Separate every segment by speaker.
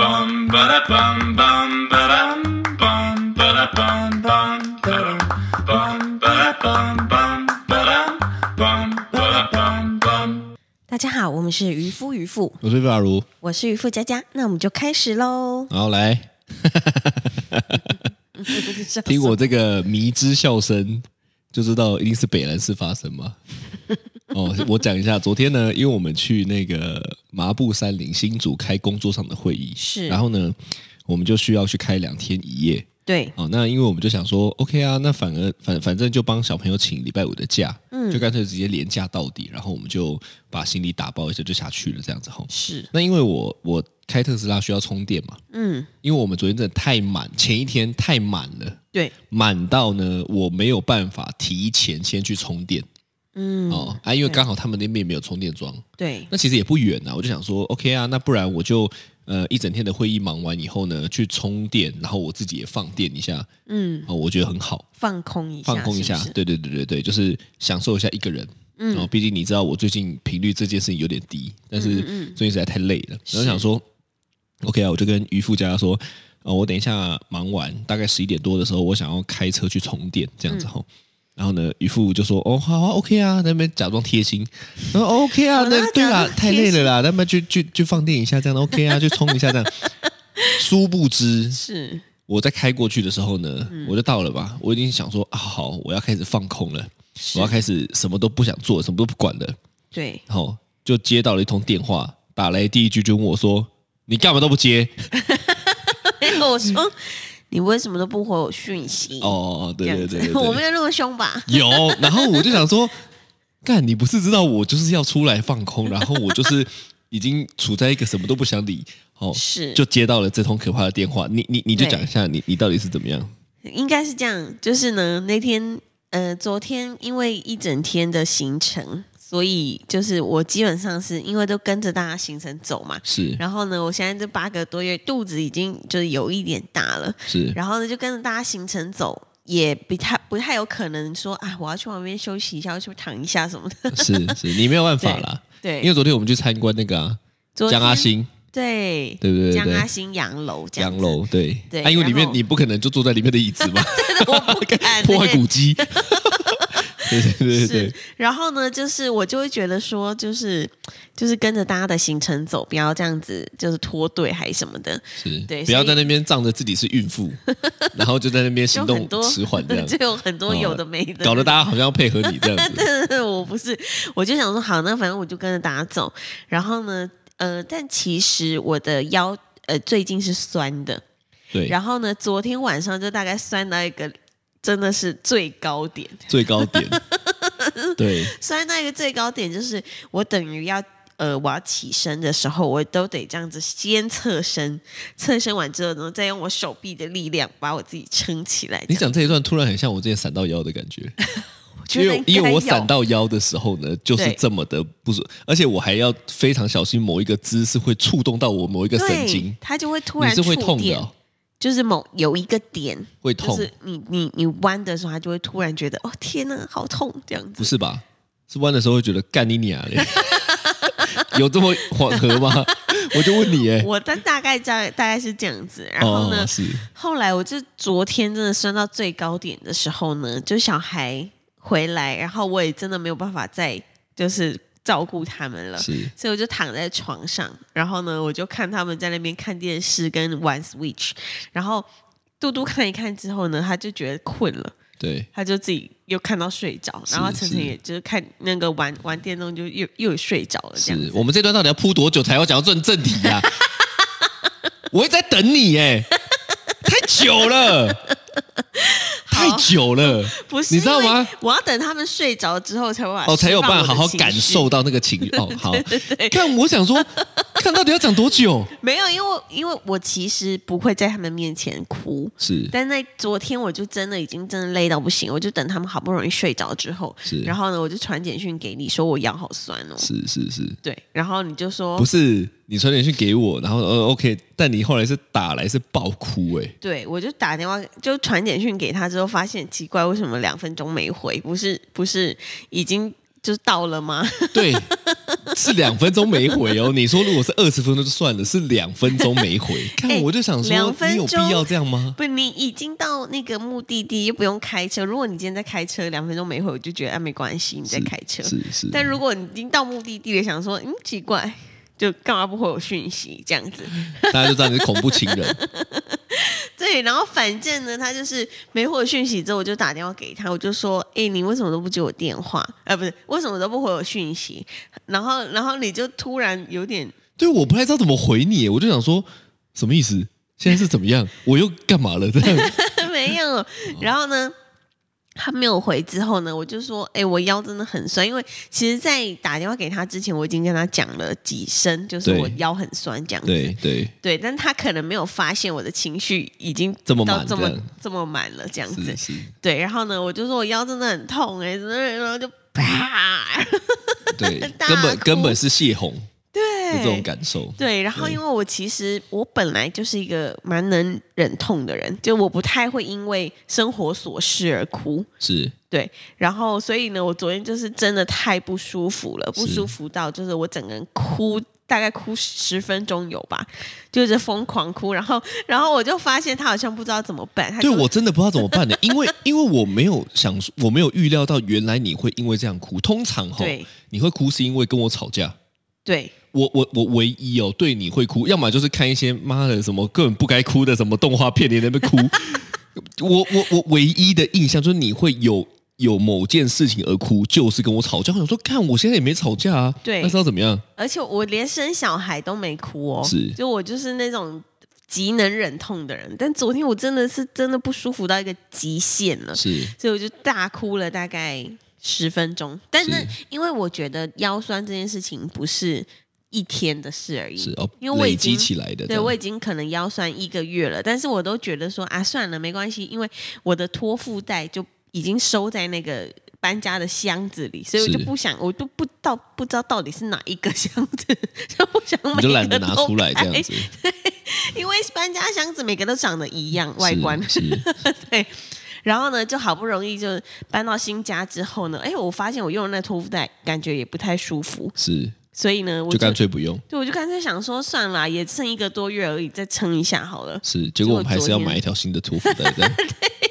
Speaker 1: bum ba da bum bum ba dum bum ba da bum bum ba dum bum ba da bum bum ba dum bum ba da bum bum.
Speaker 2: 大家好，我们是渔夫渔妇，
Speaker 3: 我是费尔如，
Speaker 2: 我是渔夫佳佳，那我们就开始 喽。
Speaker 3: 然后来听我这个迷之笑声，就知道一定是北兰市发生嘛。哦，我讲一下，昨天呢，因为我们去那个麻布山林新竹开工作上的会议，
Speaker 2: 是
Speaker 3: 然后呢，我们就需要去开两天一夜。
Speaker 2: 对，
Speaker 3: 哦，那因为我们就想说，OK 啊，那反而反反正就帮小朋友请礼拜五的假，就干脆直接连假到底，然后我们就把行李打包一下就下去了，这样子吼。
Speaker 2: 是，
Speaker 3: 那因为我我开特斯拉需要充电嘛，
Speaker 2: 嗯，
Speaker 3: 因为我们昨天真的太满，前一天太满了，
Speaker 2: 对，
Speaker 3: 满到呢我没有办法提前先去充电、
Speaker 2: 嗯，
Speaker 3: 哦啊，因为刚好他们那边也没有充电桩，
Speaker 2: 对，
Speaker 3: 那其实也不远啊，我就想说 OK 啊，那不然我就呃一整天的会议忙完以后呢去充电，然后我自己也放电一下，
Speaker 2: 嗯，
Speaker 3: 哦，我觉得很好，
Speaker 2: 放空一下，
Speaker 3: 放空一下，
Speaker 2: 是不是
Speaker 3: 对对对对对，就是享受一下一个人。嗯，哦，毕竟你知道我最近频率这件事情有点低，但
Speaker 2: 嗯
Speaker 3: 是最近实在太累了，然后想说，OK 啊，我就跟渔夫家说，哦，我等一下忙完，大概十一点多的时候，我想要开车去充电，这样子吼。
Speaker 2: 嗯
Speaker 3: 然后呢，渔夫就说：“哦，好啊，OK 啊，在那边假装贴心。然后 OK
Speaker 2: 哪
Speaker 3: 啊，
Speaker 2: 有
Speaker 3: 那对
Speaker 2: 假
Speaker 3: 啦，
Speaker 2: 装
Speaker 3: 太
Speaker 2: 贴
Speaker 3: 累
Speaker 2: 心
Speaker 3: 了啦，那么去去去放电一下，这样的 OK 啊，去充 一下这样。殊不知，
Speaker 2: 是，
Speaker 3: 我在开过去的时候呢，
Speaker 2: 嗯
Speaker 3: 我就到了吧，我已经想说啊，好，我要开始放空了，
Speaker 2: 是
Speaker 3: 我要开始什么都不想做，什么都不管了，
Speaker 2: 对，
Speaker 3: 然后就接到了一通电话，打来第一句就问我说：“你干嘛都不接
Speaker 2: 哎，我说你为什么都不回我讯息？”？
Speaker 3: 哦，哦，
Speaker 2: 嗯
Speaker 3: 对
Speaker 2: 这
Speaker 3: 对
Speaker 2: 样子
Speaker 3: 对对
Speaker 2: 我
Speaker 3: 对
Speaker 2: 没，有那么凶吧？
Speaker 3: 有，然后我就想说，干，你不是知道我就是要出来放空，然后我就是已经处在一个什么都不想理，哦，
Speaker 2: 是，
Speaker 3: 就接到了这通可怕的电话，你你你就
Speaker 2: 对
Speaker 3: 讲一下你你到底是怎么样？
Speaker 2: 应该是这样，就是呢，那天呃，昨天因为一整天的行程，所以就是我基本上是因为都跟着大家行程走嘛。
Speaker 3: 是
Speaker 2: 然后呢，我现在这八个多月肚子已经就是有一点大了，
Speaker 3: 是，
Speaker 2: 然后呢就跟着大家行程走，也不太不太有可能说啊，我要去旁边休息一下，我去躺一下什么的。
Speaker 3: 是是，你没有办法啦，
Speaker 2: 对，
Speaker 3: 因为昨天我们去参观那个啊，江阿
Speaker 2: 星
Speaker 3: 星，
Speaker 2: 对
Speaker 3: 对对对
Speaker 2: 江阿
Speaker 3: 对，
Speaker 2: 星洋楼这样
Speaker 3: 洋
Speaker 2: 子，
Speaker 3: 楼对，
Speaker 2: 对
Speaker 3: 啊，因为里
Speaker 2: 然
Speaker 3: 面
Speaker 2: 后
Speaker 3: 你不可能就坐在里面的椅子 嘛，
Speaker 2: 我不 敢
Speaker 3: 破坏
Speaker 2: 那个
Speaker 3: 古迹，对对对对
Speaker 2: 是
Speaker 3: 对，，
Speaker 2: 然后呢，就是我就会觉得说，就是就是跟着大家的行程走，不要这样子，就是脱队还什么的，
Speaker 3: 是，
Speaker 2: 对
Speaker 3: 不要
Speaker 2: 所以
Speaker 3: 在那边仗着自己是孕 妇，然后就在那边
Speaker 2: 就
Speaker 3: 行
Speaker 2: 很
Speaker 3: 动
Speaker 2: 多
Speaker 3: 迟缓 这样，哦
Speaker 2: 就有很多有的没的，
Speaker 3: 搞得大家好像要配合你这样 子，
Speaker 2: 家。我不是，我就想说，好，那反正我就跟着大家走。然后呢，呃，但其实我的腰呃最近是酸的，
Speaker 3: 对，
Speaker 2: 然后呢，昨天晚上就大概酸到一个。真的是最高点，
Speaker 3: 最高 点，对，
Speaker 2: 酸到一个最高点，就是我等于要呃，我要起身的时候，我都得这样子先侧身，侧身完之后，然后再用我手臂的力量把我自己撑起来。
Speaker 3: 你
Speaker 2: 这样
Speaker 3: 讲这一段突然很像我之前闪到腰的 感觉，
Speaker 2: 我
Speaker 3: 因
Speaker 2: 觉得
Speaker 3: 为因
Speaker 2: 应该
Speaker 3: 为我
Speaker 2: 有
Speaker 3: 闪到腰的时候呢，就是
Speaker 2: 对
Speaker 3: 这么的不舒，而且我还要非常小心某一个姿势会触动到我某一个神经
Speaker 2: 对，，它就会突
Speaker 3: 你
Speaker 2: 然
Speaker 3: 是会
Speaker 2: 触
Speaker 3: 痛的
Speaker 2: 电
Speaker 3: 哦、
Speaker 2: 就是某有一个点，
Speaker 3: 会
Speaker 2: 就
Speaker 3: 痛，
Speaker 2: 是你你你弯的时候，它就会突然觉得哦天呐，好痛这样
Speaker 3: 不
Speaker 2: 子。
Speaker 3: 是吧？是弯的时候会觉得干你娘嘞， 有这么缓和吗？我就问你哎、
Speaker 2: 我但大概大大概是这样子，然后呢，
Speaker 3: 哦，是
Speaker 2: 后来我就昨天真的升到最高点的时候呢，就小孩回来，然后我也真的没有办法再就是照顾他们了，
Speaker 3: 是
Speaker 2: 所以我就躺在床上，然后呢，我就看他们在那边看电视跟玩 Switch，然后嘟嘟看一看之后呢，他就觉得困了。
Speaker 3: 对，
Speaker 2: 他就自己又看到睡着，
Speaker 3: 是
Speaker 2: 然后晨晨
Speaker 3: 是
Speaker 2: 也就是看那个玩玩电动就又又睡着了，这样
Speaker 3: 是我们这段到底要铺多久才要讲到正正题 呀、我一直在等你哎、太 久了，太久了，
Speaker 2: 不是
Speaker 3: 你知道吗？
Speaker 2: 因为我要等他们睡着之后才会把
Speaker 3: 哦，才有
Speaker 2: 释放
Speaker 3: 办法
Speaker 2: 我的
Speaker 3: 好好
Speaker 2: 情绪
Speaker 3: 感受到那个情绪。哦， 好，看我想说，看到底要讲多久？
Speaker 2: 没有，因为因为我其实不会在他们面前哭，
Speaker 3: 是
Speaker 2: 但在昨天我就真的已经真的累到不行，我就等他们好不容易睡着之后，
Speaker 3: 是
Speaker 2: 然后呢，我就传简讯给你说我腰好酸哦，
Speaker 3: 是是是，
Speaker 2: 对，然后你就说
Speaker 3: 不是你传简讯给我，然后呃 OK，但你后来是打来是爆哭哎、
Speaker 2: 对，我就打电话就传简讯给他之后，发现奇怪，为什么两分钟没回？不是不是已经就是到了吗？
Speaker 3: 对， 是两分钟没回哦。你说如果是二十分钟就算了，是两分钟没 回，看
Speaker 2: 哎
Speaker 3: 我就想
Speaker 2: 两
Speaker 3: 说，
Speaker 2: 分
Speaker 3: 你有必要
Speaker 2: 钟
Speaker 3: 这样 吗？
Speaker 2: 不，你已经到那个目的地，又不用开车。如果你今天在开车，两分钟没回，我就觉得啊没关系，你在开车。
Speaker 3: 是是，
Speaker 2: 但如果你已经到目的地了，想说嗯奇怪，就干嘛不回我讯息这样子？
Speaker 3: 大家就知道你是恐怖情人。
Speaker 2: 对，然后反正呢，他就是没回我讯息之后，我就打电话给他，我就说：“哎、你为什么都不接我电话？呃，不是，为什么都不回我讯息？”然后，然后你就突然有点
Speaker 3: 对，我不太知道怎么回你耶，欸我就想说什么意思？现在是怎么样？我又干嘛了？这 样
Speaker 2: 没有，然后呢？他没有回之后呢，我就说：“哎、我腰真的很酸，因为其实，在打电话给他之前，我已经跟他讲了几声，就是
Speaker 3: 对
Speaker 2: 我腰很酸这样子。
Speaker 3: 对对，
Speaker 2: 对，但他可能没有发现我的情绪已经
Speaker 3: 这么
Speaker 2: 到
Speaker 3: 满
Speaker 2: 这么
Speaker 3: 这样
Speaker 2: 这么满了这样子
Speaker 3: 是。是，
Speaker 2: 对，然后呢，我就说我腰真的很痛哎、然后就 啪，
Speaker 3: 对，
Speaker 2: 大
Speaker 3: 根本
Speaker 2: 哭
Speaker 3: 根本是泄洪的
Speaker 2: 对，
Speaker 3: 这种感嗯受。
Speaker 2: 对，然后
Speaker 3: 对
Speaker 2: 因为我其实我本来就是一个蛮能忍痛的人，就我不太会因为生活琐事而哭。
Speaker 3: 是，
Speaker 2: 对，然后所以呢，我昨天就是真的太不舒服了，不
Speaker 3: 是
Speaker 2: 舒服到就是我整个人哭，大概哭十分钟有吧，就是疯狂哭。然后，然后我就发现他好像不知道怎么办，他
Speaker 3: 对
Speaker 2: 就
Speaker 3: 我真的不知道怎么办呢， 因为因为我没有想说，我没有预料到原来你会因为这样哭。通常哈
Speaker 2: 对，
Speaker 3: 你会哭是因为跟我吵架。
Speaker 2: 对
Speaker 3: 我我我唯一哦，对你会哭，要么就是看一些妈的什么根本不该哭的什么动画片，你在那边哭。 我我我唯一的印象就是你会有有某件事情而哭，就是跟我吵架。我想说，看我现在也没吵架啊，
Speaker 2: 对
Speaker 3: 那是要怎么样？
Speaker 2: 而且我连生小孩都没哭哦，
Speaker 3: 是
Speaker 2: 就我就是那种极能忍痛的人，但昨天我真的是真的不舒服到一个极限了，
Speaker 3: 是
Speaker 2: 所以我就大哭了大概十分钟。但是
Speaker 3: 是
Speaker 2: 因为我觉得腰酸这件事情不是一天的事而已，
Speaker 3: 是哦，
Speaker 2: 因为我已
Speaker 3: 累
Speaker 2: 经
Speaker 3: 积起来的，这
Speaker 2: 对
Speaker 3: 样
Speaker 2: 我已经可能腰酸一个月了，但是我都觉得说啊，算了，没关系，因为我的托付带就已经收在那个。搬家的箱子里，所以我
Speaker 3: 是
Speaker 2: 就不想，我都不知道不知道到底是哪一个箱子， 就不想每
Speaker 3: 你就懒
Speaker 2: 个
Speaker 3: 得拿
Speaker 2: 都
Speaker 3: 出来这
Speaker 2: 开
Speaker 3: 样子，
Speaker 2: 因为搬家箱子每个都长得一样， 外观
Speaker 3: 是是
Speaker 2: 对，然后呢，就好不容易就搬到新家之后呢，哎，我发现我用的那托福袋感觉也不太舒服，
Speaker 3: 是，
Speaker 2: 所以呢，我
Speaker 3: 就
Speaker 2: 就
Speaker 3: 干脆不用。
Speaker 2: 对，我就干脆想说，算了，也剩一个多月而已，再撑一下好了。
Speaker 3: 是，结果我们还是
Speaker 2: 昨
Speaker 3: 要
Speaker 2: 天
Speaker 3: 买一条新的托福带，这样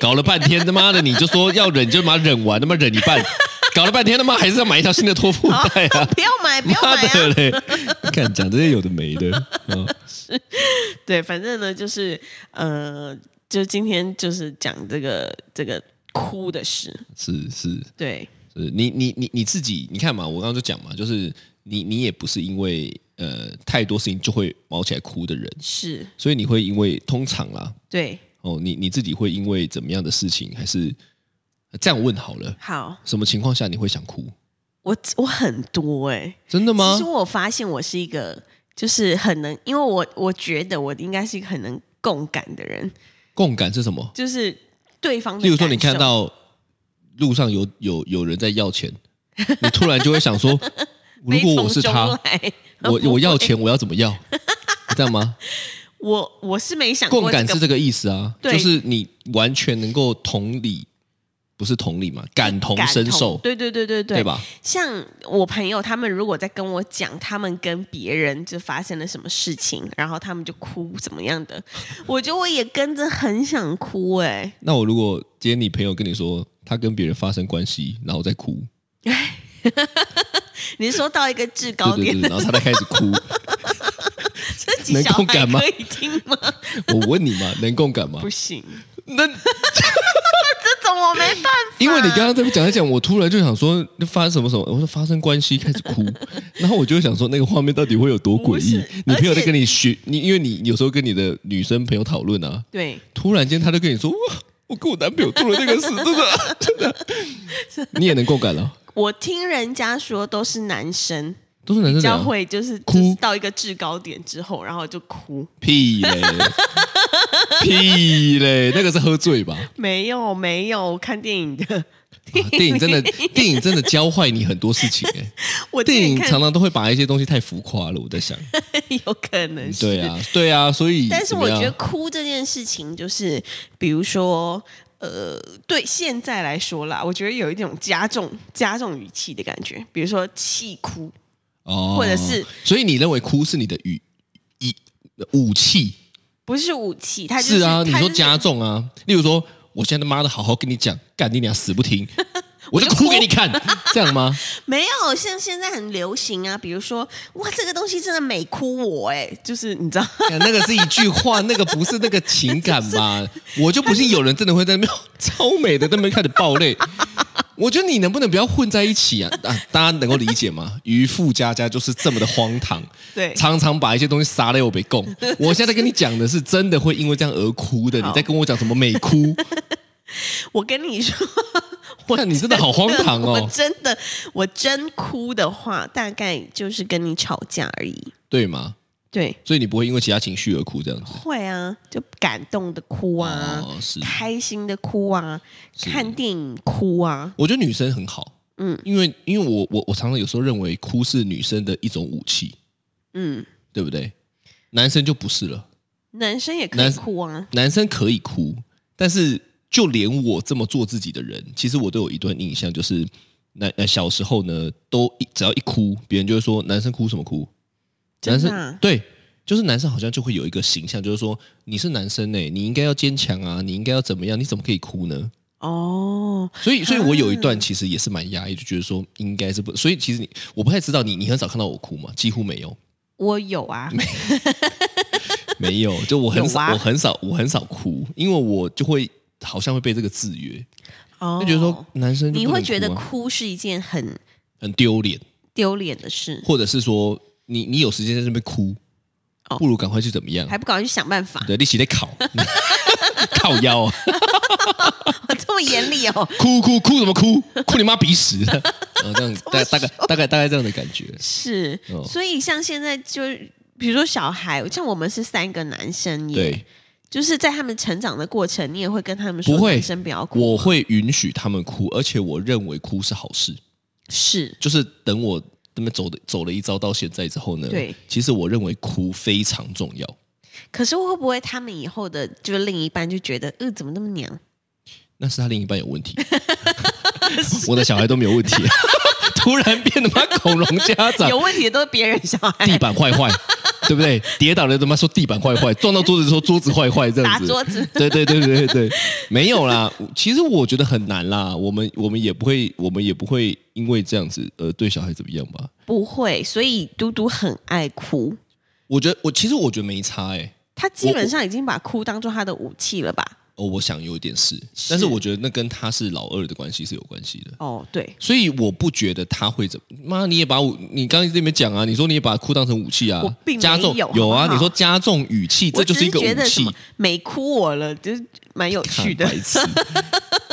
Speaker 3: 搞了半天，他妈的你就说要忍就他妈忍完，他妈忍一 半，搞了半天他妈还是要买一条新的托福带啊！
Speaker 2: 不要 买，哦不要
Speaker 3: 妈
Speaker 2: 买
Speaker 3: 的
Speaker 2: 啊！
Speaker 3: 嘞！看讲这些有的没的，嗯，
Speaker 2: 对，反正呢，就是呃，就今天就是讲这个这个哭的事。
Speaker 3: 是是
Speaker 2: 对，
Speaker 3: 是，你你你你自己，你看嘛，我刚刚就讲嘛，就是你你也不是因为呃太多事情就会毛起来哭的人，
Speaker 2: 是，
Speaker 3: 所以你会因为通常啦，
Speaker 2: 对，
Speaker 3: 哦，你你自己会因为怎么样的事情，还是这样问好了，
Speaker 2: 好，
Speaker 3: 什么情况下你会想哭？
Speaker 2: 我我很多哎、
Speaker 3: 真的吗
Speaker 2: 其实？我发现我是一个，就是很能，因为我我觉得我应该是一个很能共感的人，
Speaker 3: 共感是什么？
Speaker 2: 就是对方的。
Speaker 3: 例如说，你看，到路上有有有人在要钱，你突然就会想 说，如果我是他，，我我要，钱，我要怎么要？这 样吗？
Speaker 2: 我我是没想
Speaker 3: 共
Speaker 2: 过
Speaker 3: 感
Speaker 2: 这
Speaker 3: 是
Speaker 2: 个，
Speaker 3: 这个意思啊，
Speaker 2: 对
Speaker 3: 就是你完全能够同理，不是同理嘛，感同
Speaker 2: 感
Speaker 3: 身
Speaker 2: 同
Speaker 3: 受，
Speaker 2: 对对对对对，
Speaker 3: 对？吧？
Speaker 2: 像我朋友他们如果在跟我讲他们跟别人就发生了什么事情，然后他们就哭怎么样的，我觉得我也跟着很想哭哎、
Speaker 3: 那我如果今天你朋友跟你说他跟别人发生关系，然后再哭，
Speaker 2: 你是说到一个制
Speaker 3: 对
Speaker 2: 高
Speaker 3: 对
Speaker 2: 点的
Speaker 3: 对，然后他再开始 哭，
Speaker 2: 这几
Speaker 3: 能
Speaker 2: 小
Speaker 3: 共
Speaker 2: 孩
Speaker 3: 感吗
Speaker 2: 可以听吗？
Speaker 3: 我问你嘛，能共感吗
Speaker 2: 不？行，
Speaker 3: 那
Speaker 2: 这种我没办法。
Speaker 3: 因为你刚刚在讲一讲，我突然就想说发生什么什么，我说发生关系开始 哭，然后我就想说那个画面到底会有多诡异
Speaker 2: 不是？
Speaker 3: 你朋友
Speaker 2: 而且
Speaker 3: 在跟你学，你因为你有时候跟你的女生朋友讨论啊，
Speaker 2: 对
Speaker 3: 突然间他就跟你说，哇，我跟我男朋友做了这个事，真的啊真的啊，你也能共感了，
Speaker 2: 我听人家说都是男生
Speaker 3: 都是男生
Speaker 2: 比
Speaker 3: 这
Speaker 2: 较
Speaker 3: 样
Speaker 2: 会就是
Speaker 3: 哭
Speaker 2: 就是到一个制高点之后，然后就哭。
Speaker 3: 屁嘞，屁嘞，那个是喝醉吧？
Speaker 2: 没有没有，我看电影的，
Speaker 3: 啊电影真的，电影真的教坏你很多事情 哎、
Speaker 2: 我之前
Speaker 3: 电影
Speaker 2: 看
Speaker 3: 常常都会把一些东西太浮夸了，我在想，
Speaker 2: 有可能是
Speaker 3: 对啊，对啊，所以
Speaker 2: 但是
Speaker 3: 怎么
Speaker 2: 我
Speaker 3: 样
Speaker 2: 觉得哭这件事情，就是比如说，呃，对现在来说啦，我觉得有一种加重加重语气的感觉，比如说气哭，
Speaker 3: 哦，
Speaker 2: 或者是，
Speaker 3: 所以你认为哭是你的语语武器？
Speaker 2: 不是武器，它就是
Speaker 3: 啊，你
Speaker 2: 它
Speaker 3: 说
Speaker 2: 就是
Speaker 3: 加重啊，例如说，我现在他妈的好好跟你讲，干你俩死不 听，我就哭给你看，这样吗？
Speaker 2: 没有，像现在很流行啊，比如说哇，这个东西真的美哭我哎、就是你知道，
Speaker 3: 干那个是一句话，那个不是那个情感 吧？我就不信有人真的会在那边 超美的在那边开始爆泪。我觉得你能不能不要混在一起啊？啊，大家能够理解吗？渔夫家家就是这么的荒唐，
Speaker 2: 对
Speaker 3: 常常把一些东西撒了我被 供。我现在跟你讲的是真的会因为这样而哭的，你
Speaker 2: 好
Speaker 3: 在跟我讲什么美 哭？
Speaker 2: 我跟你说，
Speaker 3: 看你真的好荒唐
Speaker 2: 我
Speaker 3: 哦，
Speaker 2: 真的我真哭的话，大概就是跟你吵架而已。
Speaker 3: 对吗？
Speaker 2: 对，
Speaker 3: 所以你不会因为其他情绪而哭这样子。
Speaker 2: 会啊，就感动的哭啊，
Speaker 3: 哦，是。
Speaker 2: 开心的哭啊，看电影哭啊，
Speaker 3: 我觉得女生很好，
Speaker 2: 嗯
Speaker 3: 嗯，因为因为我我我常常有时候认为哭是女生的一种武器，
Speaker 2: 嗯，
Speaker 3: 对不对？男生就不是了，
Speaker 2: 男生也可以
Speaker 3: 男
Speaker 2: 哭啊，
Speaker 3: 男生可以哭，但是就连我这么做自己的人，其实我都有一段印象，就是男呃小时候呢，都一只要一哭，别人就会说男生哭什么哭，
Speaker 2: 真啊
Speaker 3: 男
Speaker 2: 的
Speaker 3: 生、
Speaker 2: 啊
Speaker 3: 对。就是男生好像就会有一个形象，就是说你是男生呢、你应该要坚强啊，你应该要怎么样？你怎么可以哭呢？
Speaker 2: 哦，
Speaker 3: 所以，所以我有一段其实也是蛮压抑，就觉得说应该是不，所以其实你我不太知道你，你很少看到我哭嘛，几乎没有，
Speaker 2: 我有啊，
Speaker 3: 没有，就我很少，
Speaker 2: 有啊
Speaker 3: 我很少，我很少哭，因为我就会好像会被这个制约，
Speaker 2: 哦，
Speaker 3: 就觉得说男生就
Speaker 2: 你
Speaker 3: 不能
Speaker 2: 会觉得
Speaker 3: 哭啊
Speaker 2: 哭是一件很
Speaker 3: 很丢脸，
Speaker 2: 丢脸的事，
Speaker 3: 或者是说你你有时间在那边哭，
Speaker 2: 哦
Speaker 3: 不如赶快去怎么样
Speaker 2: 还？不赶快去想办法？
Speaker 3: 对，你起在烤， 靠腰啊，
Speaker 2: 这么严厉 哦？
Speaker 3: 哭哭哭什么哭？哭你妈鼻 屎！啊，这样大大概大概大概这样的感觉，
Speaker 2: 是，
Speaker 3: 哦
Speaker 2: 所以像现在就比如说小孩，像我们是三个男生耶，
Speaker 3: 对。
Speaker 2: 就是在他们成长的过程，你也会跟他们说，
Speaker 3: 不会
Speaker 2: 男生不要哭，
Speaker 3: 我会允许他们哭，而且我认为哭是好事。
Speaker 2: 是
Speaker 3: 就是等我这么走的走了一遭到现在之后呢，
Speaker 2: 对，
Speaker 3: 其实我认为哭非常重要。
Speaker 2: 可是会不会他们以后的就另一半就觉得，呃，怎么那么娘？
Speaker 3: 那是他另一半有 问题，我的小孩都没有问题， 突然变他妈恐龙家长
Speaker 2: 有，问题的都是别人小
Speaker 3: 地
Speaker 2: 孩，
Speaker 3: 板坏 坏，对不对？跌倒了他妈说地板坏坏，撞到桌子说桌子坏坏，这样
Speaker 2: 打
Speaker 3: 子，
Speaker 2: 桌子。
Speaker 3: 对对对对对，对，没有啦。其实我觉得很难啦，我们我们也不会，我们也不会因为这样子呃对小孩怎么样吧？
Speaker 2: 不会，所以嘟嘟很爱哭，
Speaker 3: 我觉得我其实我觉得没差哎、
Speaker 2: 他基本上已经把哭当做他的武器了吧？
Speaker 3: 哦，我想有一点是，但是我觉得那跟他是老二的关系是有关系的，
Speaker 2: 哦，对，
Speaker 3: 所以我不觉得他会怎么。妈，你也把我，你刚刚这边讲啊，你说你也把哭当成武器啊
Speaker 2: 我并，没
Speaker 3: 加重
Speaker 2: 有
Speaker 3: 有啊，
Speaker 2: 好不好
Speaker 3: 你 说加重语气，这
Speaker 2: 我
Speaker 3: 就
Speaker 2: 只
Speaker 3: 一个武
Speaker 2: 觉得什
Speaker 3: 器
Speaker 2: 么，没哭我了，就是蛮有趣的
Speaker 3: 看。白痴。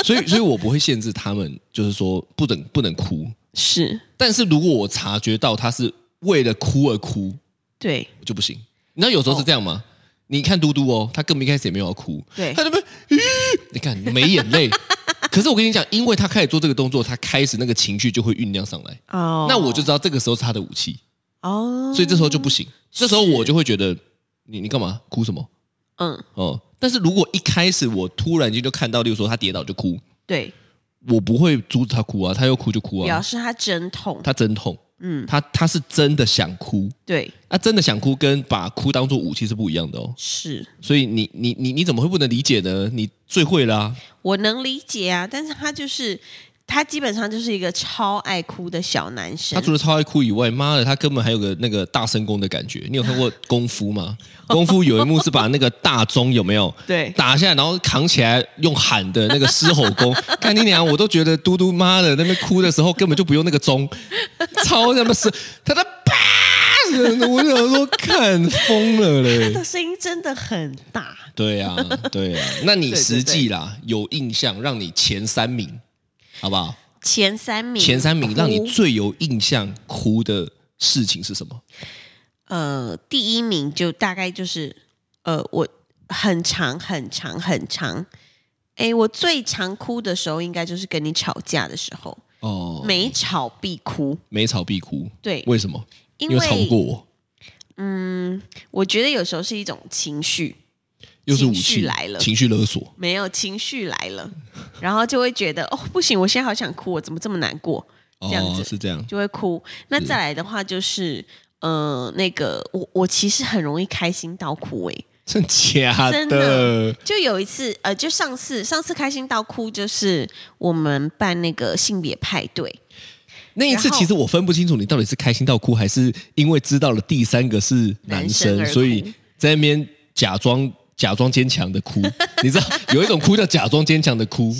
Speaker 3: 所以，所以我不会限制他们，就是说不能不能哭。
Speaker 2: 是，
Speaker 3: 但是如果我察觉到他是为了哭而哭，
Speaker 2: 对，
Speaker 3: 我就不行。你知道有时候是这样
Speaker 2: 哦
Speaker 3: 吗？你看嘟嘟哦，他根本一开始也没有要哭，
Speaker 2: 对
Speaker 3: 他那边，咦你看没眼泪。 可是我跟你讲，因为他开始做这个动作，他开始那个情绪就会酝酿上来，
Speaker 2: 哦，
Speaker 3: 那我就知道这个时候是他的武器，
Speaker 2: 哦，
Speaker 3: 所以这时候就不行。这时候我就会觉得，你你干嘛哭什么？
Speaker 2: 嗯，
Speaker 3: 哦、但是如果一开始我突然间就看到，例如说他跌倒就哭，
Speaker 2: 对，
Speaker 3: 我不会阻止他哭啊，他要哭就哭
Speaker 2: 表
Speaker 3: 啊，
Speaker 2: 示他真痛，
Speaker 3: 他真痛，
Speaker 2: 嗯
Speaker 3: 嗯，他他是真的想哭，
Speaker 2: 对，
Speaker 3: 他、真的想哭跟把哭当做武器是不一样的哦。
Speaker 2: 是
Speaker 3: 所以你你你你怎么会不能理解呢？你最会啦、
Speaker 2: 我能理解啊，但是他就是他基本上就是一个超爱哭的小男生
Speaker 3: 他，除了超爱哭以外，妈的，他根本还有个那个大声公的感觉。你有看过功夫吗？功夫有一幕是把那个大钟有没有
Speaker 2: 对
Speaker 3: 打下来，然后扛起来用喊的那个狮吼功。 看你娘，我都觉得嘟嘟妈的那边哭的时候根本就不用那个钟， 超他妈是他的啪！我想说看疯了嘞
Speaker 2: 他。的声音真的很大，
Speaker 3: 对呀、啊，对呀、那你
Speaker 2: 对对
Speaker 3: 实际啦有印象，让你前三名，好不好？
Speaker 2: 前三名，
Speaker 3: 前三名让你
Speaker 2: 哭
Speaker 3: 最有印象哭的事情是什么？
Speaker 2: 呃，第一名就大概就是呃，我很长很长很长。哎，我最常哭的时候，应该就是跟你吵架的时候，
Speaker 3: 哦，
Speaker 2: 每吵必哭。
Speaker 3: 每吵必哭，
Speaker 2: 对，
Speaker 3: 为什么？
Speaker 2: 因
Speaker 3: 因为吵不过我，
Speaker 2: 嗯，我觉得有时候是一种情绪，
Speaker 3: 又是武器
Speaker 2: 情绪来了
Speaker 3: 情绪勒索。
Speaker 2: 没有情绪来 了，然后就会觉得哦不行，我现在好想哭，我怎么这么难过？这样
Speaker 3: 哦
Speaker 2: 子，
Speaker 3: 是这样，
Speaker 2: 就会哭。
Speaker 3: 嗯
Speaker 2: 那再来的话就是，呃，那个我我其实很容易开心到哭诶、
Speaker 3: 真假
Speaker 2: 真的就有一次，呃，就上次上次开心到哭，就是我们办那个性别派对，
Speaker 3: 那一次
Speaker 2: 然后
Speaker 3: 其实我分不清楚你到底是开心到哭，还是因为知道了第三个是男
Speaker 2: 男
Speaker 3: 生，
Speaker 2: 生而哭
Speaker 3: 所以在那边假装假装坚强的 哭。你知道有一种哭叫假装坚强的哭，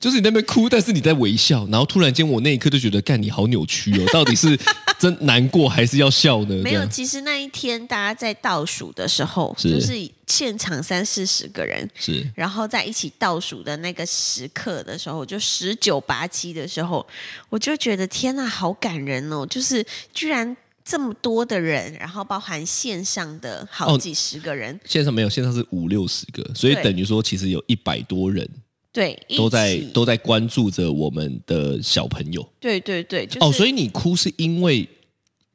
Speaker 3: 就是你在那边哭，但是你在微笑，然后突然间我那一刻就觉得，干你好扭曲哦，到底是真难过还是要笑呢？
Speaker 2: 没
Speaker 3: 这
Speaker 2: 有。
Speaker 3: 样
Speaker 2: 其实那一天大家在倒数的时候，
Speaker 3: 是
Speaker 2: 就是现场三四十个人，
Speaker 3: 是
Speaker 2: 然后在一起倒数的那个时刻的时候，就十九八七的时候，我就觉得天呐，好感人哦！就是居然这么多的人，然后包含线上的好
Speaker 3: 哦
Speaker 2: 几十个人，
Speaker 3: 线上没有，线上是五六十个，所以
Speaker 2: 对
Speaker 3: 等于说其实有一百多人
Speaker 2: 对，一
Speaker 3: 都在
Speaker 2: 起
Speaker 3: 都在关注着我们的小朋友。
Speaker 2: 对对对，就是、
Speaker 3: 哦，所以你哭是因为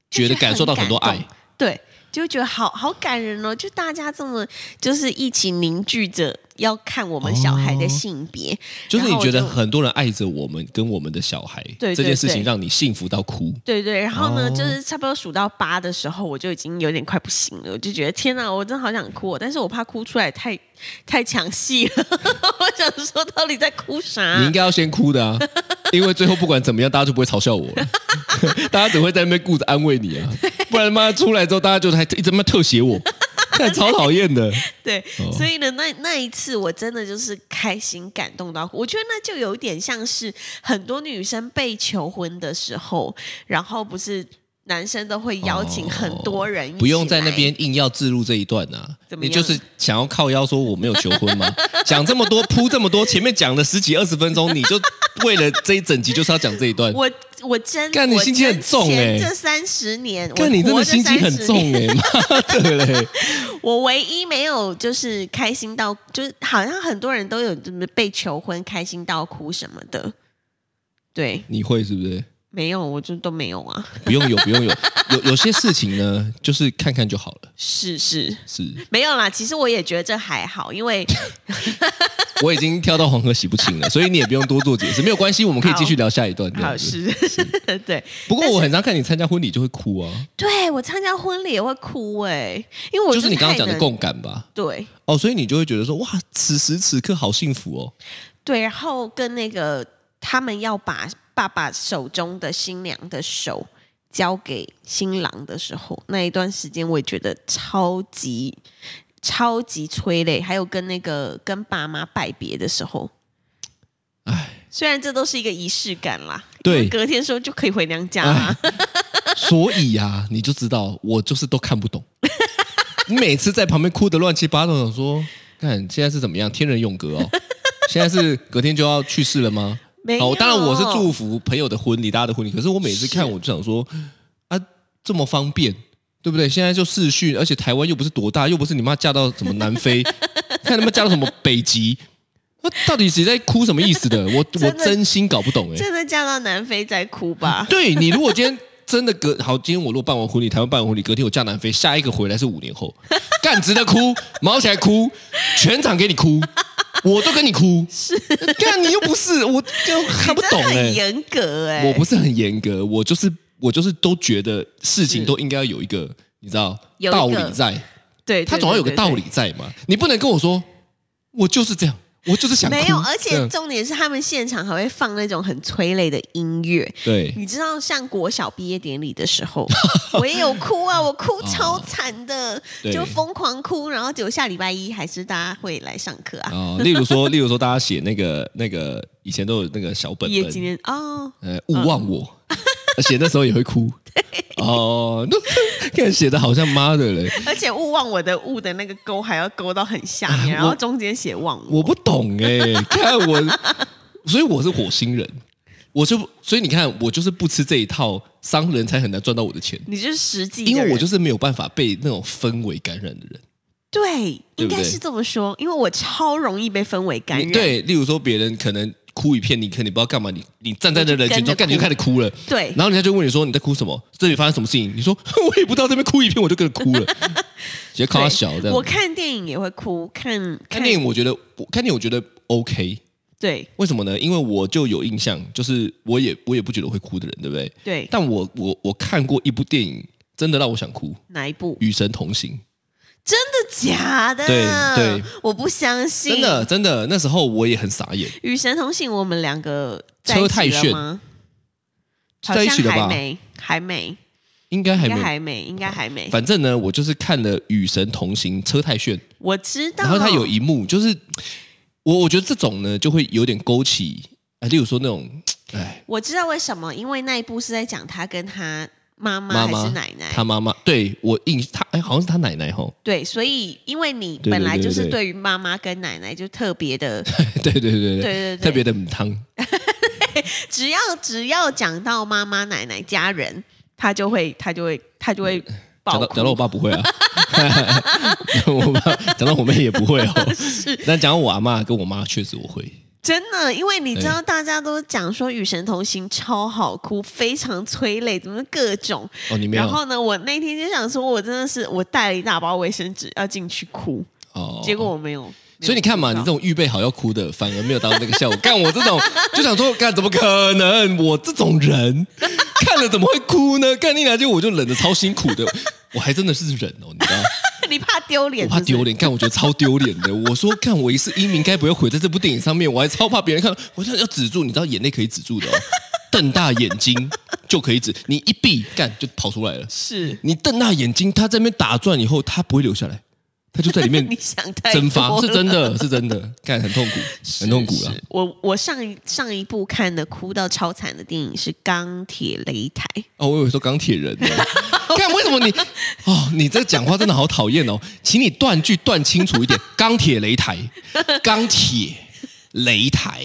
Speaker 3: 觉得感受到很多
Speaker 2: 就
Speaker 3: 爱
Speaker 2: 是很。感动，对，就会觉得好好感人哦！就大家这么就是一起凝聚着要看我们小孩的性别，
Speaker 3: 哦就是你觉
Speaker 2: 然
Speaker 3: 得
Speaker 2: 后我就
Speaker 3: 很多人爱着我们跟我们的小孩，
Speaker 2: 对
Speaker 3: 这件
Speaker 2: 对
Speaker 3: 事
Speaker 2: 对
Speaker 3: 情让你幸福到哭。
Speaker 2: 对对，然后呢，
Speaker 3: 哦
Speaker 2: 就是差不多数到八的时候，我就已经有点快不行了，我就觉得天哪，我真的好想哭、哦，但是我怕哭出来太太抢戏了， 我想说到底在哭啥？
Speaker 3: 你应该要先哭的啊，因为最后不管怎么样，大家就不会嘲笑我了， 大家只会在那边顾着安慰你啊。不然妈出来之后，大家就还一直他妈 特写我，看超讨厌的。
Speaker 2: 对，
Speaker 3: 哦
Speaker 2: 所以呢，那那一次我真的就是开心感动到哭，我觉得那就有点像是很多女生被求婚的时候，然后不是男生都会邀请很多人一起来、
Speaker 3: 哦不用在那边硬要置入这一段啊
Speaker 2: 怎，么
Speaker 3: 你
Speaker 2: 样
Speaker 3: 就是想要靠腰说我没有求婚吗？讲这么多 铺这么多，前面讲了十几二十分钟，你就为了这一整集就是要讲这一段。
Speaker 2: 我。我真，
Speaker 3: 干你
Speaker 2: 我
Speaker 3: 心机很重
Speaker 2: 真
Speaker 3: 欸
Speaker 2: 前这三十年，我
Speaker 3: 看你真
Speaker 2: 活
Speaker 3: 的
Speaker 2: 着
Speaker 3: 心机很
Speaker 2: 30
Speaker 3: 重
Speaker 2: 年
Speaker 3: 哎、妈的嘞！
Speaker 2: 我唯一没有就是开心到，就是好像很多人都有这么被求婚开心到哭什么的，对，
Speaker 3: 你会是不是？
Speaker 2: 没有，我就都没有啊。
Speaker 3: 不用有，不用有，有有些事情呢，就是看看就好了。
Speaker 2: 是是，
Speaker 3: 是，
Speaker 2: 没有啦。其实我也觉得这还好，因 为
Speaker 3: 我已经跳到黄河洗不清了，所以你也不用多做解释，没有关系，我们可以继续聊下一段。这样
Speaker 2: 好
Speaker 3: 子。
Speaker 2: 是， 对
Speaker 3: 不过我很常看你参加婚礼就会哭啊，
Speaker 2: 对，我参加婚礼也会哭哎、因为我
Speaker 3: 就是你刚刚
Speaker 2: 太
Speaker 3: 讲的
Speaker 2: 能
Speaker 3: 共感吧？
Speaker 2: 对
Speaker 3: 哦，所以你就会觉得说，哇，此时此刻好幸福哦。
Speaker 2: 对，然后跟那个他们要把爸爸手中的新娘的手交给新郎的时候，那一段时间我也觉得超级超级催泪，还有跟那个跟爸妈拜别的时候，
Speaker 3: 哎，
Speaker 2: 虽然这都是一个仪式感啦，
Speaker 3: 对
Speaker 2: 因为隔天时候就可以回娘家
Speaker 3: 哎
Speaker 2: 啦。
Speaker 3: 所以啊，你就知道我就是都看不懂，你每次在旁边哭得乱七八糟，想说，看现在是怎么样，天人永隔哦。现在是隔天就要去世了吗？
Speaker 2: 没有
Speaker 3: 好，当然我是祝福朋友的婚礼，大家的婚礼。可是我每次看，
Speaker 2: 是
Speaker 3: 我就想说，啊，这么方便，对不对？现在就视讯，而且台湾又不是多大，又不是你妈嫁到什么南 非，看他们嫁到什么北极，那到底谁在哭什么意思的？我
Speaker 2: 的
Speaker 3: 我真心搞不懂哎、。
Speaker 2: 真的嫁到南非再哭吧
Speaker 3: 对你，如果今天真的隔 好，今天我如果办完婚礼，台湾办完婚礼，隔天我嫁南非，下一个回来是五年后，干值得哭， 毛起来哭，全场给你 哭，我都跟你哭，是干你又不是，我 就看不
Speaker 2: 真
Speaker 3: 懂
Speaker 2: 的
Speaker 3: 哎、
Speaker 2: 很严格哎、
Speaker 3: 我不是很严格，我就是我就是都觉得事情都应该要有一个你知道
Speaker 2: 有一个
Speaker 3: 道理在，
Speaker 2: 对，对
Speaker 3: 它总要有个
Speaker 2: 对对
Speaker 3: 道理在嘛，你不能跟我说我就是这样，我就是想哭
Speaker 2: 没有，而
Speaker 3: 这
Speaker 2: 且
Speaker 3: 样
Speaker 2: 重点是他们现场还会放那种很催泪的音乐。
Speaker 3: 对
Speaker 2: 你知道，像国小毕业典礼的时 候，我也有哭啊，我哭超惨的，
Speaker 3: 哦对
Speaker 2: 就疯狂哭，然后结果下礼拜一还是大家会来上课啊，
Speaker 3: 哦，例如说，例如说，大家写那个那个以前都有那个小本
Speaker 2: 毕业纪
Speaker 3: 本，
Speaker 2: 念哦，
Speaker 3: 呃，勿忘我，写那时候也会 哭。哦，那 看写的好像妈的嘞，
Speaker 2: 而且勿忘我的勿的那个勾还要勾到很下 面，然后中间写忘我，
Speaker 3: 我不懂哎、 看我，所以我是火星人，我就所以你看，我就是不吃这一套，商人才很难赚到我的钱，
Speaker 2: 你就是实际的
Speaker 3: 因
Speaker 2: 人，
Speaker 3: 为我就是没有办法被那种氛围感染的人。
Speaker 2: 对，
Speaker 3: 对
Speaker 2: 应
Speaker 3: 不
Speaker 2: 该
Speaker 3: 对
Speaker 2: 是这么说，因为我超容易被氛围感
Speaker 3: 你
Speaker 2: 染，
Speaker 3: 对，例如说别人可能哭一片，你可能你不知道干嘛，你你站在那人群
Speaker 2: 我就
Speaker 3: 中，
Speaker 2: 跟着
Speaker 3: 干你就
Speaker 2: 哭
Speaker 3: 开始哭了。
Speaker 2: 对
Speaker 3: 然后人家就问你说你在哭什么？这里发生什么事情？你说我也不知道，这边哭一片我就跟着哭了。直接靠他小这样。
Speaker 2: 我看电影也会哭，看
Speaker 3: 看电影，我觉得我看电影我觉得 OK，
Speaker 2: 对
Speaker 3: 为什么呢？因为我就有印象，就是我也我也不觉得会哭的人，对不对？
Speaker 2: 对，
Speaker 3: 但我我我看过一部电影，真的让我想哭，《
Speaker 2: 哪一部？
Speaker 3: 与神同行
Speaker 2: 真的假的？
Speaker 3: 对对，
Speaker 2: 我不相》，信。
Speaker 3: 真的，真的，那时候我也很傻眼。
Speaker 2: 与神同行，我们两个在一
Speaker 3: 车太
Speaker 2: 起
Speaker 3: 炫
Speaker 2: 了吗？好
Speaker 3: 在一起
Speaker 2: 像
Speaker 3: 了吧
Speaker 2: 还没，还没，
Speaker 3: 应该还
Speaker 2: 应
Speaker 3: 没
Speaker 2: 该
Speaker 3: 有。
Speaker 2: 还没，应该还没。
Speaker 3: 反正呢，我就是看了《与神同行》车太炫，
Speaker 2: 我知道。
Speaker 3: 然后他有一幕就是，我我觉得这种呢就会有点勾起，啊，例如说那种，哎，
Speaker 2: 我知道为什么，因为那一部是在讲他跟他妈妈
Speaker 3: 妈
Speaker 2: 还
Speaker 3: 妈
Speaker 2: 是奶奶，
Speaker 3: 他妈妈，对我印他哎，好像是他奶奶吼，
Speaker 2: 对，所以因为你
Speaker 3: 对对
Speaker 2: 本来
Speaker 3: 对
Speaker 2: 就是
Speaker 3: 对
Speaker 2: 对于妈妈跟奶奶就特别的，
Speaker 3: 对对对对
Speaker 2: 对对对
Speaker 3: 特别的母汤，
Speaker 2: 只要只要讲到妈妈奶奶家人，他就会他就会他就会
Speaker 3: 嗯讲
Speaker 2: 爆
Speaker 3: 到讲到我
Speaker 2: 哭，
Speaker 3: 爸不会啊， 我爸讲到我妹也不会哦， 但讲到我阿妈跟我妈确实我会，
Speaker 2: 真的，因为你知道大家都讲说《与神同行》超好哭，非常催泪，怎么各种。
Speaker 3: 哦，你没有
Speaker 2: 然后呢，我那天就想说，我真的是我带了一大包卫生纸要进去哭，
Speaker 3: 哦，
Speaker 2: 结果我没有。没有
Speaker 3: 所以你看嘛，
Speaker 2: 哭
Speaker 3: 你
Speaker 2: 到
Speaker 3: 这种预备好要哭的，反而没有达到那个效果。干我这种就想说，干怎么可能？我这种 人看了怎么会哭呢？干你俩就我就忍的超辛苦的，我还真的是忍哦，你知道，
Speaker 2: 你怕丢
Speaker 3: 我
Speaker 2: 脸是
Speaker 3: 怕
Speaker 2: 不是，
Speaker 3: 丢脸。干我觉得超丢脸 的。我说，看我一世英名该不会毁在这部电影上面，我还超怕别人看。我想要止住，你知道眼泪可以止住的、哦，瞪大眼睛就可以止，你一闭干就跑出来了。
Speaker 2: 是。
Speaker 3: 你瞪大眼睛，它在那边打转以后，它不会流下来，它就在里面
Speaker 2: 你想太
Speaker 3: 蒸发
Speaker 2: 多
Speaker 3: 是
Speaker 2: 了
Speaker 3: 真的，是真的，看很痛苦，很痛苦啦。
Speaker 2: 是我我上一上一部看的哭到超惨的电影是《钢铁擂台》，
Speaker 3: 哦，我以为说钢铁 人呢，看为什么你哦，你这讲话真的好讨厌哦，请你断句断清楚一 点。钢铁擂台，钢铁擂 台，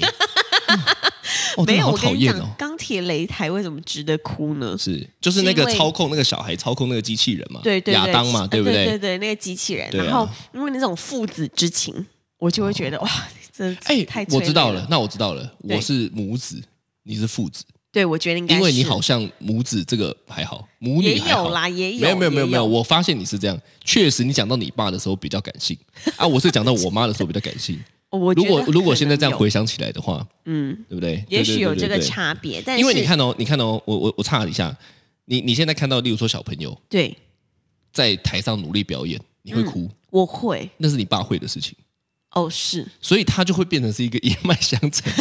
Speaker 3: 哦，真
Speaker 2: 没
Speaker 3: 的
Speaker 2: 有
Speaker 3: 好
Speaker 2: 我
Speaker 3: 讨
Speaker 2: 跟你
Speaker 3: 厌
Speaker 2: 讲，
Speaker 3: 哦。
Speaker 2: 钢铁擂台为什么值得哭呢？
Speaker 3: 是，就是那个
Speaker 2: 是因为
Speaker 3: 操控那个小孩操控那个机器人嘛，
Speaker 2: 对对对
Speaker 3: 亚当嘛，
Speaker 2: 呃
Speaker 3: 对不
Speaker 2: 对？
Speaker 3: 对
Speaker 2: 对？那个机器人，
Speaker 3: 对啊哦
Speaker 2: 然后因为那种父子之情，我就会觉得、哇，真的
Speaker 3: 哎
Speaker 2: 太，催
Speaker 3: 我
Speaker 2: 泪
Speaker 3: 知道
Speaker 2: 了
Speaker 3: 了，，那我知道了，
Speaker 2: 对
Speaker 3: 我是母子，你是父子，
Speaker 2: 对我觉得应该
Speaker 3: 因为你
Speaker 2: 是
Speaker 3: 好像母子这个还好，母
Speaker 2: 也
Speaker 3: 女还
Speaker 2: 有
Speaker 3: 好
Speaker 2: 啦，也有
Speaker 3: 没有没有没有
Speaker 2: 也
Speaker 3: 没有，我发现你是这样，确实你讲到你爸的时候比较感 性啊，我是讲到我妈的时候比较感性。
Speaker 2: 我觉
Speaker 3: 如
Speaker 2: 得
Speaker 3: 果
Speaker 2: 可
Speaker 3: 如果现在这样
Speaker 2: 能有
Speaker 3: 回想起来的话，
Speaker 2: 嗯，
Speaker 3: 对不对？
Speaker 2: 也
Speaker 3: 对
Speaker 2: 许
Speaker 3: 对
Speaker 2: 有
Speaker 3: 对
Speaker 2: 这个
Speaker 3: 对对
Speaker 2: 差别，但是
Speaker 3: 因为你看哦，你看哦，我我我岔一下，你你现在看到，例如说小朋友
Speaker 2: 对
Speaker 3: 在台上努力表演，你
Speaker 2: 嗯
Speaker 3: 会哭，
Speaker 2: 我会
Speaker 3: 那是你爸会的事情，
Speaker 2: 哦是
Speaker 3: 所以他就会变成是一个一脉相 承，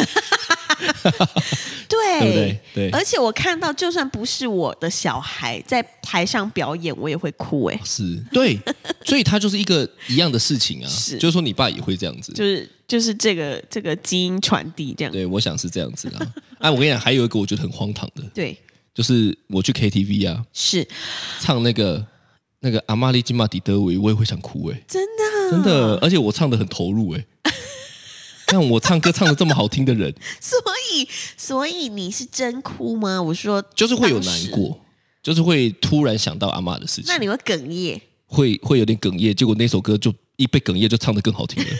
Speaker 2: 对
Speaker 3: 对不对？对，
Speaker 2: 而且我看到，就算不是我的小孩在台上表演，我也会哭哎、
Speaker 3: 是，对，所以他就是一个一样的事情 啊，
Speaker 2: 是
Speaker 3: 就是说你爸也会这样子，
Speaker 2: 就是就是这个这个基因传递这样。
Speaker 3: 对，我想是这样子啊。哎、我跟你讲，还有一个我觉得很荒唐的，
Speaker 2: 对，
Speaker 3: 就是我去 KTV 啊，
Speaker 2: 是
Speaker 3: 唱那个那个阿玛利金马迪德维，我也会想哭哎、
Speaker 2: 真的，
Speaker 3: 真的，而且我唱的很投入 哎、看我唱歌唱的这么好听的人，
Speaker 2: 所以所以你是真哭吗？我说
Speaker 3: 就是会有
Speaker 2: 当时
Speaker 3: 难过，就是会突然想到阿妈的事情
Speaker 2: 那，你会哽咽，
Speaker 3: 会会有点哽咽，结果那首歌就一被哽咽就唱的更 好听了，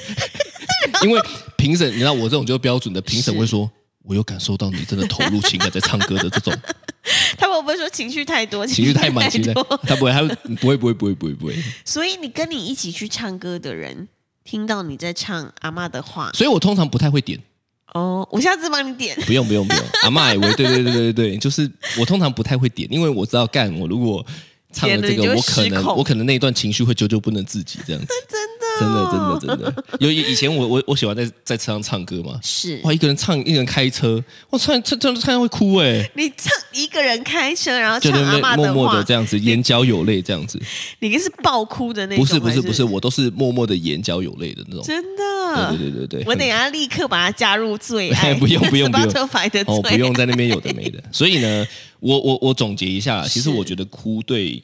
Speaker 3: 因为评审，你知道我这种就是标准的评审
Speaker 2: 是
Speaker 3: 会说。我有感受到你真的投入情感在唱歌的这种
Speaker 2: 他们会不会说情绪 太多，
Speaker 3: 情绪太满，情绪太
Speaker 2: 多？
Speaker 3: 他不会，他不会，不会，不会，不会，不会。
Speaker 2: 所以你跟你一起去唱歌的人，听到你在唱阿妈的话，
Speaker 3: 所以我通常不太会点，
Speaker 2: 哦，我下次帮你点。
Speaker 3: 不用不 用不用，阿妈也会，对对对对对，就是我通常不太会点，因为我知道干我如果唱了这
Speaker 2: 点了
Speaker 3: 个，
Speaker 2: 你
Speaker 3: 我
Speaker 2: 就会
Speaker 3: 可
Speaker 2: 失
Speaker 3: 能
Speaker 2: 控
Speaker 3: 我可能那一段情绪会久久不能自己 这样子，真的真的真的真的。有以以前我我我喜欢在在车上唱歌嘛，
Speaker 2: 是
Speaker 3: 哇，一个人唱，一个人开车，哇，唱唱唱唱会哭哎、
Speaker 2: 你唱一个人开车，然后
Speaker 3: 就
Speaker 2: 唱
Speaker 3: 在
Speaker 2: 阿
Speaker 3: 那
Speaker 2: 妈
Speaker 3: 默
Speaker 2: 的
Speaker 3: 默
Speaker 2: 话
Speaker 3: 的，这样子，眼角有泪这样子，
Speaker 2: 你是爆哭的那种？
Speaker 3: 不是不
Speaker 2: 还
Speaker 3: 是不是，我都是默默的眼角有泪的那种。
Speaker 2: 真的，
Speaker 3: 对对对对对，
Speaker 2: 我等一
Speaker 3: 很
Speaker 2: 下立刻把它加入最爱，
Speaker 3: 不用不用 不用
Speaker 2: Spotify 的最爱
Speaker 3: 哦，不用在那边有的 没的。所以呢，我我我总结一下，其实
Speaker 2: 是
Speaker 3: 我觉得哭对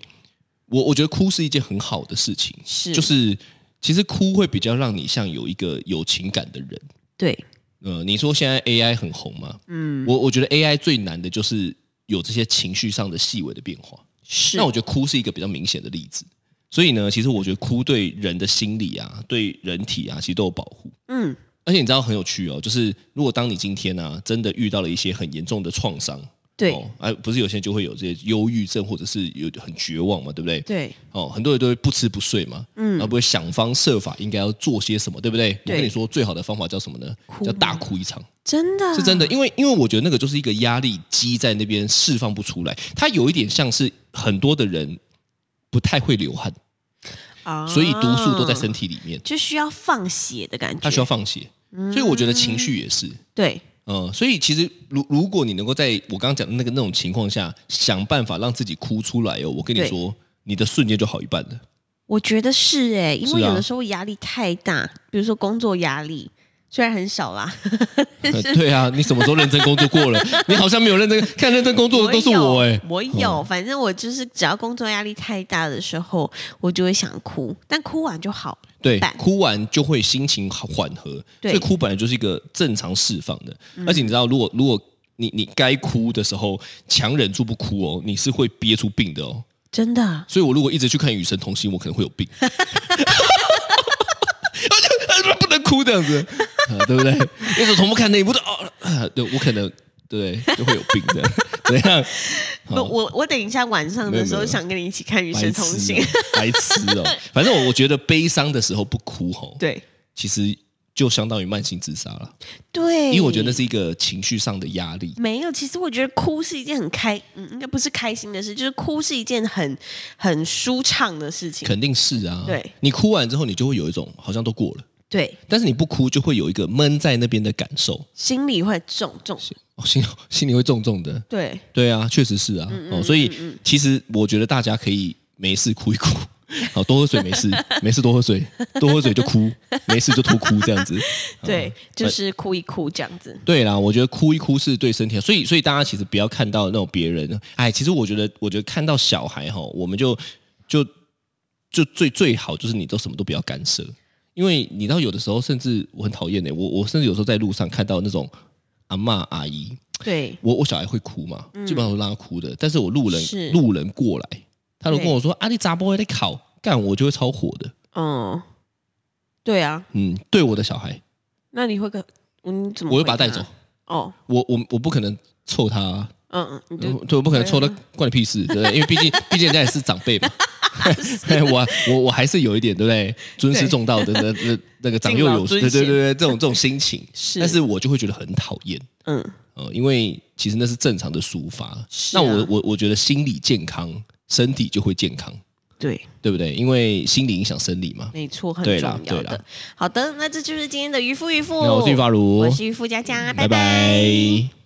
Speaker 3: 我，我觉得哭是一件很好的事情，
Speaker 2: 是
Speaker 3: 就是其实哭会比较让你像有一个有情感的人。
Speaker 2: 对，
Speaker 3: 呃，你说现在 AI 很红吗？嗯，我我觉得 AI 最难的就是有这些情绪上的细微的变化。
Speaker 2: 是
Speaker 3: 那我觉得哭是一个比较明显的例子。所以呢，其实我觉得哭对人的心理啊，对人体啊，其实都有保护。
Speaker 2: 嗯
Speaker 3: 而且你知道很有趣哦，就是如果当你今天呢、啊、真的遇到了一些很严重的创伤，
Speaker 2: 对、
Speaker 3: 哦，哎、不是有些人就会有这些忧郁症，或者是有很绝望嘛，对不对？
Speaker 2: 对，
Speaker 3: 哦，很多人都会不吃不睡嘛，嗯，然后不会想方设法应该要做些什么，对不对？
Speaker 2: 对
Speaker 3: 我跟你说，最好的方法叫什么呢？叫大哭啊一场，
Speaker 2: 真的
Speaker 3: 是真的，因为因为我觉得那个就是一个压力积在那边释放不出来，它有一点像是很多的人不太会流汗，
Speaker 2: 啊，
Speaker 3: 所以毒素都在身体里面，
Speaker 2: 就需要放血的感觉。
Speaker 3: 它需要放血，所以我觉得情绪也是。
Speaker 2: 对，
Speaker 3: 嗯，所以其实如如果你能够在我刚刚讲的那个那种情况下，想办法让自己哭出来哦，我跟你
Speaker 2: 对
Speaker 3: 说，你的瞬间就好一半了。
Speaker 2: 我觉得是哎、因
Speaker 3: 是
Speaker 2: 为有
Speaker 3: 啊
Speaker 2: 的时候压力太大，比如说工作压力，虽然很少啦，
Speaker 3: 对啊，你什么时候认真工作过了？你好像没有认真看认真工作的都是我哎、
Speaker 2: 我有，我有反正我就是只要工作压力太大的时候，我就会想哭，但哭完就好。
Speaker 3: 对
Speaker 2: 办，
Speaker 3: 哭完就会心情好缓和，
Speaker 2: 对嗯
Speaker 3: 所以哭本来就是一个正常释放的。而且你知道，如果如果你你该哭的时候强忍住不哭哦，你是会憋出病的哦。
Speaker 2: 真的，
Speaker 3: 所以我如果一直去看《与神同行》，我可能会有病。 我就呃不能哭这样 子，啊、对不对？一直重复看那一部的哦、啊，对我可能对就会有病的，怎样？
Speaker 2: 不，我我等一下晚上
Speaker 3: 没有
Speaker 2: 的时
Speaker 3: 没
Speaker 2: 候
Speaker 3: 有
Speaker 2: 想跟你一起看《 与
Speaker 3: 白
Speaker 2: 神
Speaker 3: 痴
Speaker 2: 同
Speaker 3: 哦
Speaker 2: 行》，
Speaker 3: 白痴哦。反正我我觉得悲伤的时候不哭吼，
Speaker 2: 对
Speaker 3: 其实就相当于慢性自杀了，
Speaker 2: 哎对，
Speaker 3: 因为我觉得那是一个情绪上的压力。
Speaker 2: 没有，其实我觉得哭是一件很开，嗯，应该不是开心的事，就是哭是一件很很舒畅的事情。
Speaker 3: 肯定是啊，
Speaker 2: 对
Speaker 3: 你哭完之后，你就会有一种好像都过了，
Speaker 2: 对，
Speaker 3: 但是你不哭，就会有一个闷在那边的感受，
Speaker 2: 心里会重重。
Speaker 3: 哦、心心里会重重的。
Speaker 2: 对，
Speaker 3: 对啊，确实是啊，哦，所以其实我觉得大家可以没事哭一哭， 好多喝水没事，没事多喝水，多喝水就哭，没事就偷哭这样子。
Speaker 2: 对，就是哭一哭这样子。
Speaker 3: 对啦，我觉得哭一哭是对身体好，所以所以大家其实不要看到那种别人，哎，其实我觉得，我觉得看到小孩哈，我们就就就最最好就是你都什么都不要干涉，因为你知道有的时候甚至我很讨厌的、欸我我甚至有时候在路上看到那种阿嬷阿姨，
Speaker 2: 对，
Speaker 3: 我我小孩会哭嘛，基本上我让他哭的，但是我路
Speaker 2: 嗯是
Speaker 3: 人路人过来，他都跟
Speaker 2: 对
Speaker 3: 我说啊你咋不会在考，干我就会超火的，
Speaker 2: 嗯，对啊，
Speaker 3: 嗯，对我的小孩，
Speaker 2: 那你会跟嗯怎么？
Speaker 3: 我会把他带走。，
Speaker 2: 哦，
Speaker 3: 我我我不可能凑他啊、
Speaker 2: 嗯嗯，你就
Speaker 3: 嗯对，我不可能抽他关你屁事，对 不对？因为毕竟毕竟人家也是长辈嘛。 我我我还是有一点，对不对？尊师
Speaker 2: 对
Speaker 3: 重道的那那那个长幼
Speaker 2: 敬老
Speaker 3: 有
Speaker 2: 尊
Speaker 3: 对对
Speaker 2: 贤
Speaker 3: 对对，这种这种心情，
Speaker 2: 是
Speaker 3: 但是我就会觉得很讨厌，
Speaker 2: 嗯
Speaker 3: 呃，因为其实那是正常的抒发。
Speaker 2: 是
Speaker 3: 那
Speaker 2: 啊
Speaker 3: 我我我觉得心理健康，身体就会健康，
Speaker 2: 对，
Speaker 3: 对不对？因为心理影响生理嘛。
Speaker 2: 没错，很
Speaker 3: 对
Speaker 2: 重
Speaker 3: 啦
Speaker 2: 要
Speaker 3: 对啦
Speaker 2: 哦的。好的，那这就是今天的渔夫渔夫，
Speaker 3: 那我是玉发如，
Speaker 2: 我是渔夫佳佳，
Speaker 3: 拜
Speaker 2: 拜
Speaker 3: 拜